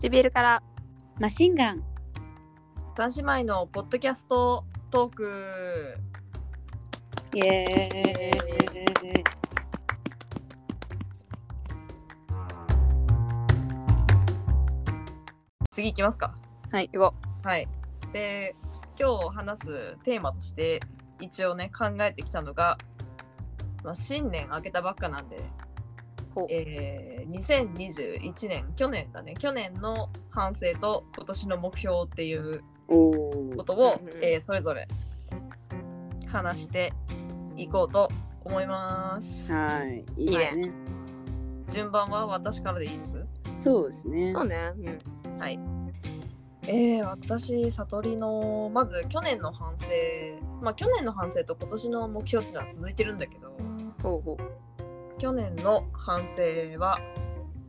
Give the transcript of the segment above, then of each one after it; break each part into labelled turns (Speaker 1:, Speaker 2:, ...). Speaker 1: 唇から
Speaker 2: マシンガン
Speaker 3: 三姉妹のポッドキャストトーク
Speaker 2: イエーイ
Speaker 3: 次行きますか
Speaker 1: はい行こ
Speaker 3: はいで今日話すテーマとして一応ね考えてきたのが、まあ、新年明けたばっかなんで
Speaker 1: ほう、
Speaker 3: えー2021年去年だね去年の反省と今年の目標っていう
Speaker 2: お
Speaker 3: こ
Speaker 2: ー
Speaker 3: とを、
Speaker 1: うんうん
Speaker 3: えーそれぞれ話していこうと思います。
Speaker 2: はいいいですね
Speaker 3: 順番は私からでいいです
Speaker 2: そうですね
Speaker 1: うそうねうん
Speaker 3: はい。えー、私、悟りの、まず去年の反省、まあ去年の反省と今年の目標っていうのは続いてるんだけど、
Speaker 1: ほうほ
Speaker 3: 去年の反省は、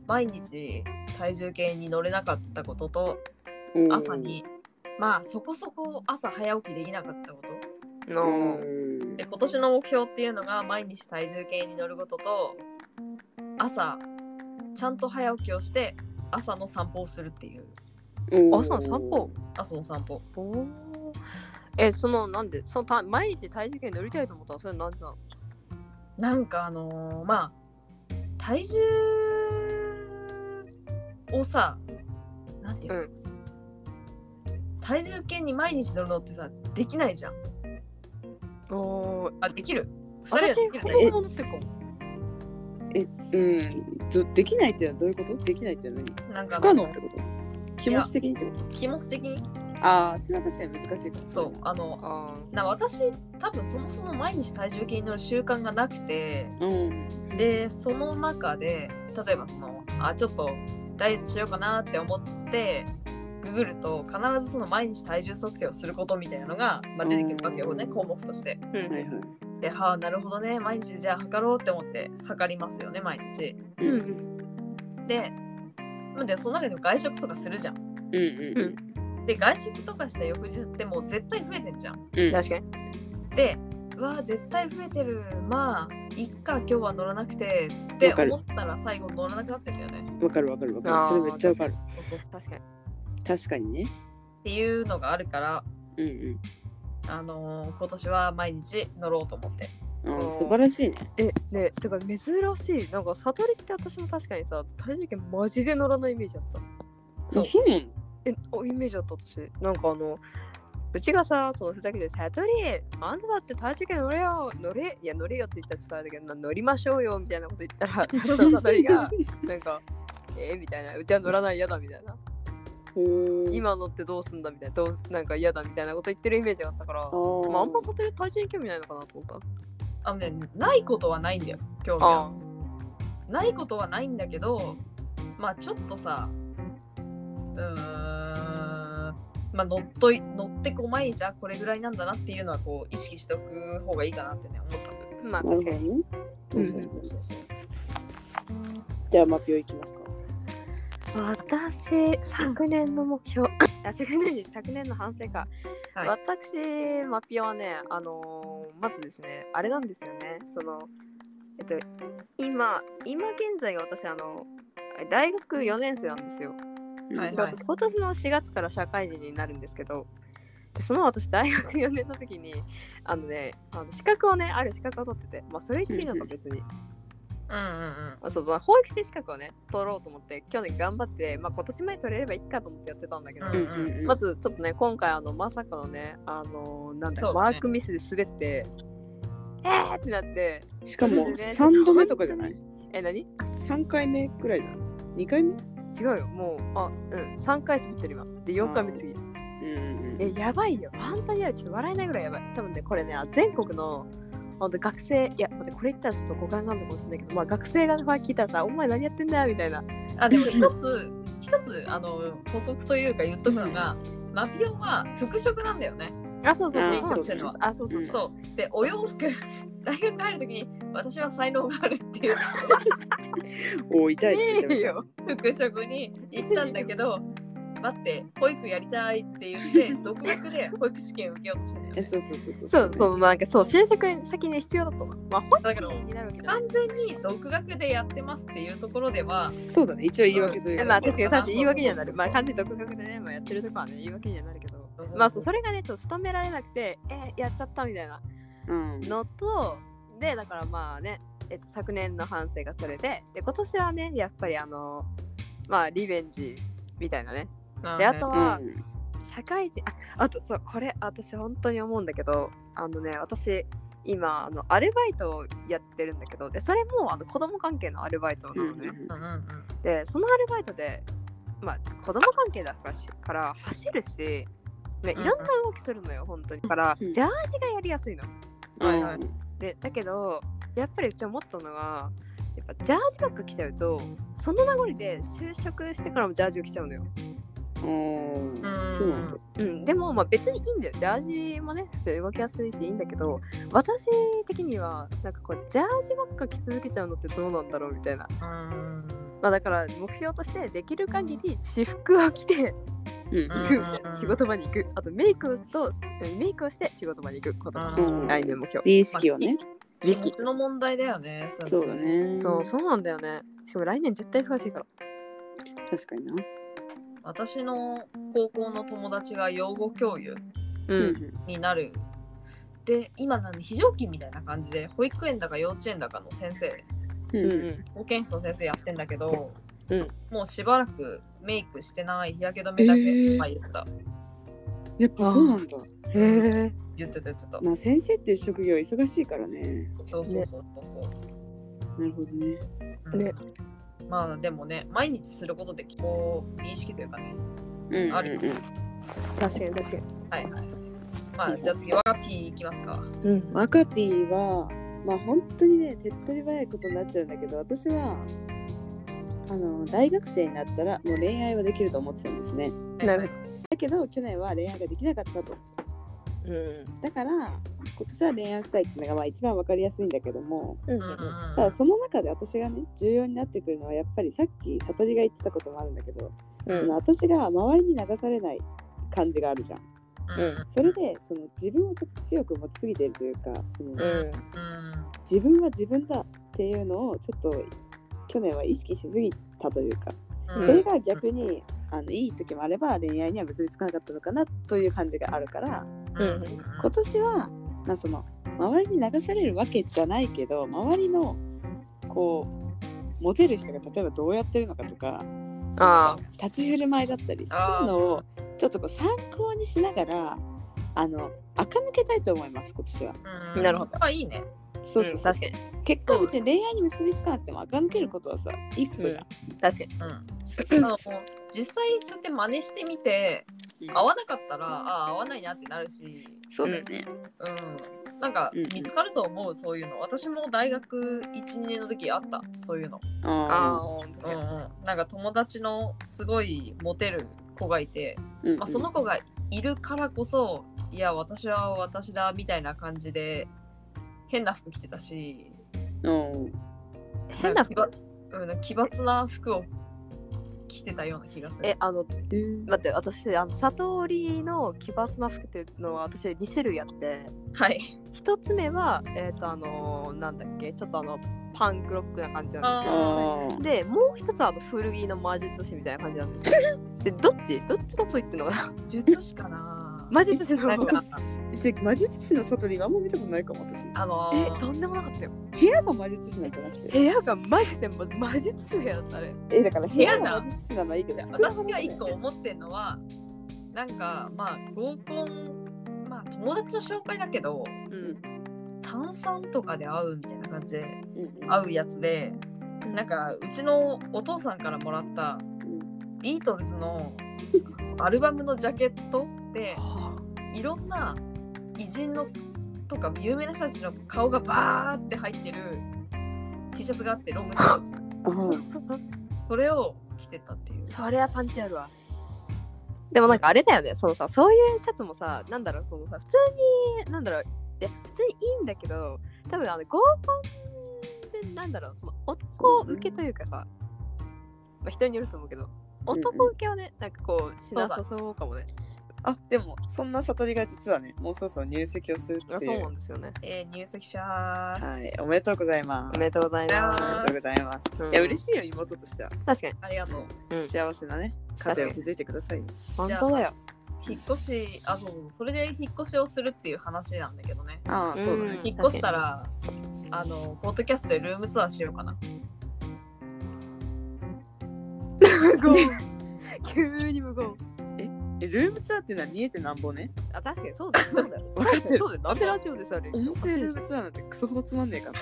Speaker 3: 毎日体重計に乗れなかったことと、
Speaker 2: うん
Speaker 3: 朝に、まあそこそこ朝早起きできなかったこと。
Speaker 1: う
Speaker 2: う
Speaker 1: の
Speaker 2: ん
Speaker 3: で今年の目標っていうのが毎日体重計に乗ることと朝ちゃんと早起きをして朝の散歩をするっていう
Speaker 2: おー
Speaker 1: 朝の散歩
Speaker 3: 朝の散歩
Speaker 1: おーえそのなんでそのた毎日体重計に乗りたいと思ったらそれなんじゃん
Speaker 3: なんかあのーまあ体重をさなんていうの、
Speaker 1: うん
Speaker 3: 体重計に毎日乗るのってさできないじゃん
Speaker 1: おー
Speaker 3: あできる二人は
Speaker 1: 私
Speaker 3: できるね
Speaker 1: 子供乗ってるかも
Speaker 2: うんどできないってのはどういうことできないってのは
Speaker 3: なんか
Speaker 2: 何
Speaker 3: あ
Speaker 2: 不
Speaker 3: の
Speaker 2: 可能ってこと気持ち的にってこと
Speaker 3: 気持ち的に
Speaker 2: ああそれは確かに難しいかもしれ
Speaker 3: そ
Speaker 2: な
Speaker 3: う
Speaker 2: い
Speaker 3: あの
Speaker 1: あ
Speaker 3: な私多分そもそも毎日体重計に乗る習慣がなくて
Speaker 2: うん
Speaker 3: でその中で例えばそのあちょっとダイエットしようかなって思ってググると必ずその毎日体重測定をすることみたいなのが、まあ、出てくるわけよね項目として。
Speaker 1: ーうん
Speaker 2: はいはい
Speaker 3: ではあなるほどね毎日じゃあ測ろうって思って測りますよね毎日。
Speaker 2: う
Speaker 1: うんん
Speaker 3: でまあでもその中でも外食とかするじゃん。
Speaker 2: うんうん
Speaker 3: で外食とかした翌日ってもう絶対増えてんじゃん。
Speaker 2: うん
Speaker 1: 確かに
Speaker 3: でうわー絶対増えてるまあいっか今日は乗らなくてって
Speaker 2: わかる
Speaker 3: 思ったら最後乗らなくなってんだよね。
Speaker 2: わかるわかるわか
Speaker 1: あー
Speaker 2: るそれめっちゃわかる
Speaker 3: そうそうそう
Speaker 1: 確かに
Speaker 2: 確かにね
Speaker 3: っていうのがあるから
Speaker 2: うん
Speaker 3: あのー今年は毎日乗ろうと思って。
Speaker 2: うんあ
Speaker 1: う
Speaker 2: ー
Speaker 1: ん
Speaker 2: 素晴らしいね
Speaker 1: えねてか珍しいなんか悟りって私も確かにさ体重計マジで乗らないイメージあった
Speaker 3: そう
Speaker 2: あそうなの
Speaker 1: えおイメージあった私なんかあのうちがさそのふざけて「悟りあんただって体重計乗れよ乗れいや乗れよ」って言ったらちょっとあれだけどな乗りましょうよみたいなこと言 ったらその悟りがなんか「えみたいな「うちは乗らない嫌だ」みたいな
Speaker 2: ほ
Speaker 1: 「
Speaker 2: ー
Speaker 1: 今乗ってどうすんだ」みたいな「どうなんか嫌だ」みたいなこと言ってるイメージがあったから
Speaker 2: あー
Speaker 1: まあ、あんま悟り体重に興味ないのかなと思った
Speaker 3: あのねないことはないんだよ興味は。ないことはないんだけどまあちょっとさうーんまあ乗っとい乗ってこう毎日あこれぐらいなんだなっていうのはこう意識しておく方がいいかなってね思った。
Speaker 1: まあ
Speaker 2: なる
Speaker 1: 確か
Speaker 2: ほど
Speaker 1: に
Speaker 2: ね
Speaker 1: うん
Speaker 2: そうそうそうそうじゃあマピオ行きますか
Speaker 1: 私昨年の目 標あ昨年昨年の反省か、
Speaker 3: はい
Speaker 1: 私マピオはねあのーまずですねあれなんですよねそのえっと今今現在が私あの大学4年生なんですよ、
Speaker 3: はい
Speaker 1: で私今年の4月から社会人になるんですけどでその私大学4年の時にあのねあの資格をねある資格を取っててまあそれ言っていいのか別に
Speaker 3: うんうん
Speaker 1: あそうまあ保育士資格をね取ろうと思って去年頑張って、まあ、今年まで取れればいいかと思ってやってたんだけど、
Speaker 3: う
Speaker 2: うん
Speaker 3: ん
Speaker 2: うんうん
Speaker 1: まずちょっとね今回あのまさかのねあのなんだ
Speaker 3: そうだね
Speaker 1: マークミスで滑ってえーってなって
Speaker 2: しかも
Speaker 1: そうですね
Speaker 2: 3度目とかじゃない
Speaker 1: え何違
Speaker 2: ?3 回目くらいじゃない ?2 回目
Speaker 1: うよもうあうん3回滑ってる今で4回目次
Speaker 2: うん
Speaker 1: えやばいよ本当にやばいちょっと笑えないぐらいやばい多分ねこれねあ全国の本当学生いや待ってこれ言ったらちょっと誤解があるのかもしれないけど、まあ、学生がさ聞いたらさ「お前何やってんだよ」みたいな
Speaker 3: うん。あでも一つ一つあの補足というか言っとくのがマピオンは服飾なんだよね。
Speaker 1: あそうそうそう
Speaker 3: あ
Speaker 1: そ
Speaker 3: ー
Speaker 1: う
Speaker 3: そうだね
Speaker 1: あそうそうそう、
Speaker 3: そうでお洋服大学入る時に私は才能があるっていう
Speaker 2: おー痛い
Speaker 1: いいよ
Speaker 3: 服飾に行ったんだけど待って保育やりたいって言って独学で保育試験受けようとしてたよ
Speaker 2: え
Speaker 3: ね
Speaker 2: そうそうそうそう
Speaker 1: そう、そう、なんか、そう、就職に先に必要だったの。まあ、本
Speaker 3: だけど
Speaker 1: になるわけじゃない
Speaker 3: 完全に独学でやってますっていうところでは
Speaker 2: そうだね一応言い訳という
Speaker 1: え
Speaker 2: か
Speaker 1: まあ、確かに、確かに言い訳にはなる。まあ、完全に独学でね、まあ、やってるとこはね、言い訳にはなるけど。まあ、そうそれがね、ちょっと勤められなくて、え、やっちゃったみたいな
Speaker 2: うん
Speaker 1: のと、で、だからまあね、えっと、昨年の反省がそれで、で、今年はね、やっぱりあの、まあ、リベンジみたいなね。で、あと
Speaker 2: う
Speaker 1: は、
Speaker 2: ん
Speaker 1: 社会人ああとそうこれ私本当に思うんだけどあのね私今あのアルバイトをやってるんだけどでそれもあの子供関係のアルバイトなのね、
Speaker 2: うん
Speaker 3: うんうんうん
Speaker 1: でそのアルバイトで、まあ、子供関係だからしから走るし、ね、いろんな動きするのよ、本当にだからジ
Speaker 2: う
Speaker 1: ャ
Speaker 2: ん
Speaker 1: ージがやりやすいの
Speaker 3: はいはい
Speaker 1: でだけどやっぱりうち思ったのがやっぱジャージばっか着ちゃうとその名残で就職してからもジャージを着ちゃうのよ
Speaker 2: うんうんそうなんだ
Speaker 1: うん、でもまあ別にいいんだよ。ジャージもね、普通動きやすいしいいんだけど、私的には、なんかこう、ジャージばっか着続けちゃうのってどうなんだろうみたいな。
Speaker 3: うん
Speaker 1: まあだから、目標として、できる限り私服を着て
Speaker 2: うん
Speaker 1: 行
Speaker 3: う
Speaker 1: く、
Speaker 3: んうんうん
Speaker 1: 仕事場に行く。あと、メイクをと、メイクをして仕事場に行くことが
Speaker 2: うん
Speaker 1: 来年の目標。
Speaker 2: 美意識をね
Speaker 1: 意
Speaker 3: 気
Speaker 1: 識
Speaker 3: 持ちの問題だよねれ
Speaker 2: そうだね
Speaker 1: そう、そうなんだよね。しかも来年絶対忙しいから。
Speaker 2: 確かにな
Speaker 3: 私の高校の友達が養護教諭
Speaker 1: う。
Speaker 2: うんん
Speaker 3: になるで今なんで非常勤みたいな感じで保育園だか幼稚園だかの先生
Speaker 2: う
Speaker 1: うんんう
Speaker 2: うん
Speaker 1: ん。
Speaker 3: 保健室の先生やってんだけど、
Speaker 1: うん
Speaker 3: もうしばらくメイクしてない日焼け止めだけ
Speaker 2: えー
Speaker 3: まあ言ってた、
Speaker 2: やっぱそうなんだ
Speaker 1: へえ。
Speaker 3: 言ってた言ってた、
Speaker 2: まあ先生って職業忙しいからね
Speaker 3: そうそうそうそうそう
Speaker 2: なるほどね
Speaker 3: うん
Speaker 1: ね
Speaker 3: まあでもね毎日することでこう美意識というかね
Speaker 2: うん
Speaker 3: ある
Speaker 2: うんうん
Speaker 1: 確かに確かに。
Speaker 3: はいはいまあじゃあ次ワガピーいきますか
Speaker 1: うん。
Speaker 2: ワカピーはまあ本当にね手っ取り早いことになっちゃうんだけど私はあの大学生になったらもう恋愛はできると思ってたんですね
Speaker 1: なる
Speaker 2: だけど去年は恋愛ができなかった
Speaker 1: ほ
Speaker 2: と
Speaker 1: ど。うん。
Speaker 2: だから今年は恋愛をしたいっていうのがまあ一番わかりやすいんだけども
Speaker 1: うん
Speaker 3: う
Speaker 1: うん
Speaker 3: うんうん
Speaker 1: ん
Speaker 2: ただその中で私がね重要になってくるのはやっぱりさっき悟りが言ってたこともあるんだけど、
Speaker 1: うん
Speaker 2: あの私が周りに流されない感じがあるじゃん
Speaker 1: うん
Speaker 2: それでその自分をちょっと強く持ちすぎてるというかその、
Speaker 1: うん。
Speaker 3: うん
Speaker 2: 自分は自分だっていうのをちょっと去年は意識しすぎたというか、
Speaker 3: うん
Speaker 2: それが逆にあのいい時もあれば恋愛には結びつかなかったのかなという感じがあるから
Speaker 3: うんうん
Speaker 2: 今年は、まあ、その周りに流されるわけじゃないけど周りのこうモテる人が例えばどうやってるのかとかその
Speaker 1: あ
Speaker 2: 立ち振る舞いだったりそういうのをちょっとこう参考にしながらあの垢抜けたいと思います今年は。
Speaker 3: うん
Speaker 1: なるほど
Speaker 3: それはいいね
Speaker 2: そうそうそう
Speaker 1: 確かに。
Speaker 2: 結果別に恋愛に結びつかなくても垢抜けることはさいいことじゃん。
Speaker 1: 確かに。
Speaker 3: あの実際そうやって真似してみて
Speaker 2: うん
Speaker 3: 合わなかったらあ合わないなってなるし、
Speaker 2: そうだよね。
Speaker 3: うん、なんか
Speaker 2: うんうん
Speaker 3: 見つかると思うそういうの私も大学12年の時あったそういうの、
Speaker 2: あ
Speaker 1: ああ、確
Speaker 3: うんう
Speaker 1: かに。
Speaker 3: ん、なんか友達のすごいモテる子がいて、
Speaker 2: ー
Speaker 3: まあ、その子がいるからこそいや私は私だみたいな感じで変な服着てたし
Speaker 2: うん
Speaker 1: 変な
Speaker 3: ん
Speaker 1: 服
Speaker 3: か奇抜,、うん、奇抜な服を着てたような気がする
Speaker 1: え、あの、
Speaker 2: うん
Speaker 1: 待って、私、あの、悟りの奇抜な服っていうのは、私、2種類あって、
Speaker 3: はい
Speaker 1: 一つ目は、えっ、と、あのーなんだっけ、ちょっとあの、パンクロックな感じなんですよ。
Speaker 2: あー
Speaker 1: で、もう一つは、あの、古着の魔術師みたいな感じなんですよ。で、どっちどっちだと言ってんのかな
Speaker 3: 術師かな
Speaker 1: 魔術師の
Speaker 3: なん
Speaker 1: 方
Speaker 3: か
Speaker 1: が。
Speaker 2: ちょ魔術師の悟りがあんま見たことないかも私
Speaker 3: あの
Speaker 1: え、
Speaker 3: ー
Speaker 1: とんでもなかったよ。
Speaker 2: 部屋が魔術師なんじゃなく
Speaker 1: 部
Speaker 2: て
Speaker 1: 屋がマジでま魔術師部屋だったあれ。
Speaker 2: えだから部
Speaker 3: 屋
Speaker 2: 屋
Speaker 3: じゃ
Speaker 2: が
Speaker 3: ん
Speaker 2: 魔術師なのはいいけど
Speaker 3: 私が一個思ってんのはなんかまあ合コンまあ友達の紹介だけど
Speaker 1: うん。
Speaker 3: 炭酸とかで会うみたいな感じで
Speaker 2: うん
Speaker 3: 会うやつでなんかうちのお父さんからもらったビートルズのアルバムのジャケットで
Speaker 1: はい
Speaker 3: ろんな偉人のとか有名な人たちの顔がバーって入ってる T シャツがあってロング T シャツ
Speaker 2: うん
Speaker 1: あ
Speaker 3: それを着てたっていう。
Speaker 1: それはパンチあるわでもなんかあれだよねそのさそういうシャツもさなんだろうそのさ普通になんだろういや普通にいいんだけど多分あの合コンでなんだろうその男受けというかさ、まあ、人によると思うけど男受けはね、なんかこうしなさそうかもね。
Speaker 2: あでもそんな悟りが実はねもうそろそろ入籍をするってい
Speaker 1: あ
Speaker 2: う
Speaker 1: そうなんですよね。
Speaker 3: えー、入籍しまーす。
Speaker 2: はい、おめでとうございます
Speaker 1: おめでとうございます。
Speaker 2: おめでとうございます、
Speaker 1: うん
Speaker 2: いや嬉しいよ妹としては、
Speaker 1: 確かに。
Speaker 3: ありがとう。
Speaker 1: うん
Speaker 2: 幸せなね家庭を築いてくださいよ
Speaker 1: 本当だよ。
Speaker 3: 引っ越し、あ、そうそうそう、それで引っ越しをするっていう話なんだけどね。
Speaker 2: ああそうだ
Speaker 1: う
Speaker 2: ね、
Speaker 1: ん
Speaker 3: 引っ越したら、あの、ポッドキャストでルームツアーしようかな。
Speaker 1: 急に無言。
Speaker 2: えルームツアーっていうのは見えてなんぼね
Speaker 1: あ、確かにそうだよ。そうだ よ。
Speaker 2: 分かってる
Speaker 1: そうだよ。なんでラジオでさ、あれ。
Speaker 2: 音声ルームツアーなんてクソほどつまんねえか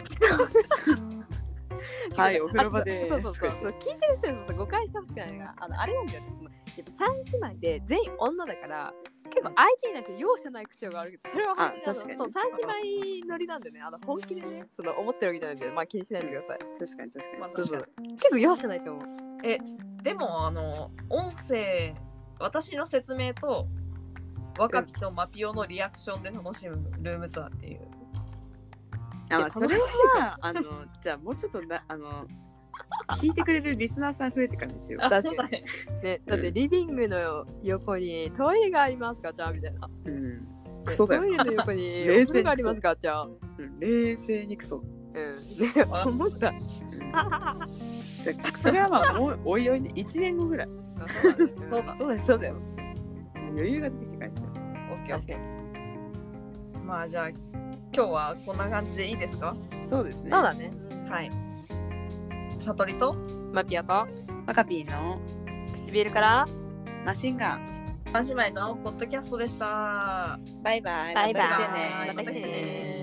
Speaker 2: ら はいお風呂場で
Speaker 1: あそうそうそうそう。聞いてる人にもさ誤解してほしくないのが、あのあれなんだよね。そのやっぱ三姉妹で全員女だから、結構相手になんて容赦ない口調があるけど、それは本当
Speaker 2: あ
Speaker 1: に
Speaker 2: 確かに
Speaker 1: あのそう三姉妹乗りなんでね、あの本気でね、その思ってるわけじゃないんで、まあ気にしないでください。
Speaker 2: 確かに確かに、
Speaker 3: まあ
Speaker 1: そうそ
Speaker 3: 確か
Speaker 1: う
Speaker 3: に。
Speaker 1: 結構容赦ないと思う。
Speaker 3: でも、あの、音声、私の説明と、わかびとマピオのリアクションで楽しむルームツアーっていう。
Speaker 2: あまあ
Speaker 1: え
Speaker 2: それは あのじゃあもうちょっとなあの聞いてくれるリスナーさん増えてからにしよう
Speaker 3: あ、
Speaker 1: 確
Speaker 3: そ
Speaker 1: かに
Speaker 3: うだね。
Speaker 1: ね、だってリビングの横にトイレがありますか、じゃあみたいな。
Speaker 2: うんクソだよ
Speaker 1: トイレの横に お風呂がありますか、じゃあ。うん。
Speaker 2: うん冷静にクソ
Speaker 1: ね、思った。
Speaker 2: じゃあそれはまあ もうおいおいね1年後ぐらい
Speaker 1: そうだ、そうだよ、そうだよ。
Speaker 2: 余裕が出てきてからにしよう
Speaker 3: オッケーオッ
Speaker 1: 確
Speaker 3: ケ
Speaker 1: かに。
Speaker 3: ー。まあ、じゃあ、今日はこんな感じでいいですか
Speaker 2: そうですね
Speaker 1: そうだね。
Speaker 3: はい。悟りと、
Speaker 1: マピアと
Speaker 2: マカピーの
Speaker 1: 唇から
Speaker 2: マシンガン
Speaker 3: 三姉妹のポッドキャストでした。
Speaker 2: バイバイ
Speaker 1: バイバイま
Speaker 2: また来てね
Speaker 1: た来てね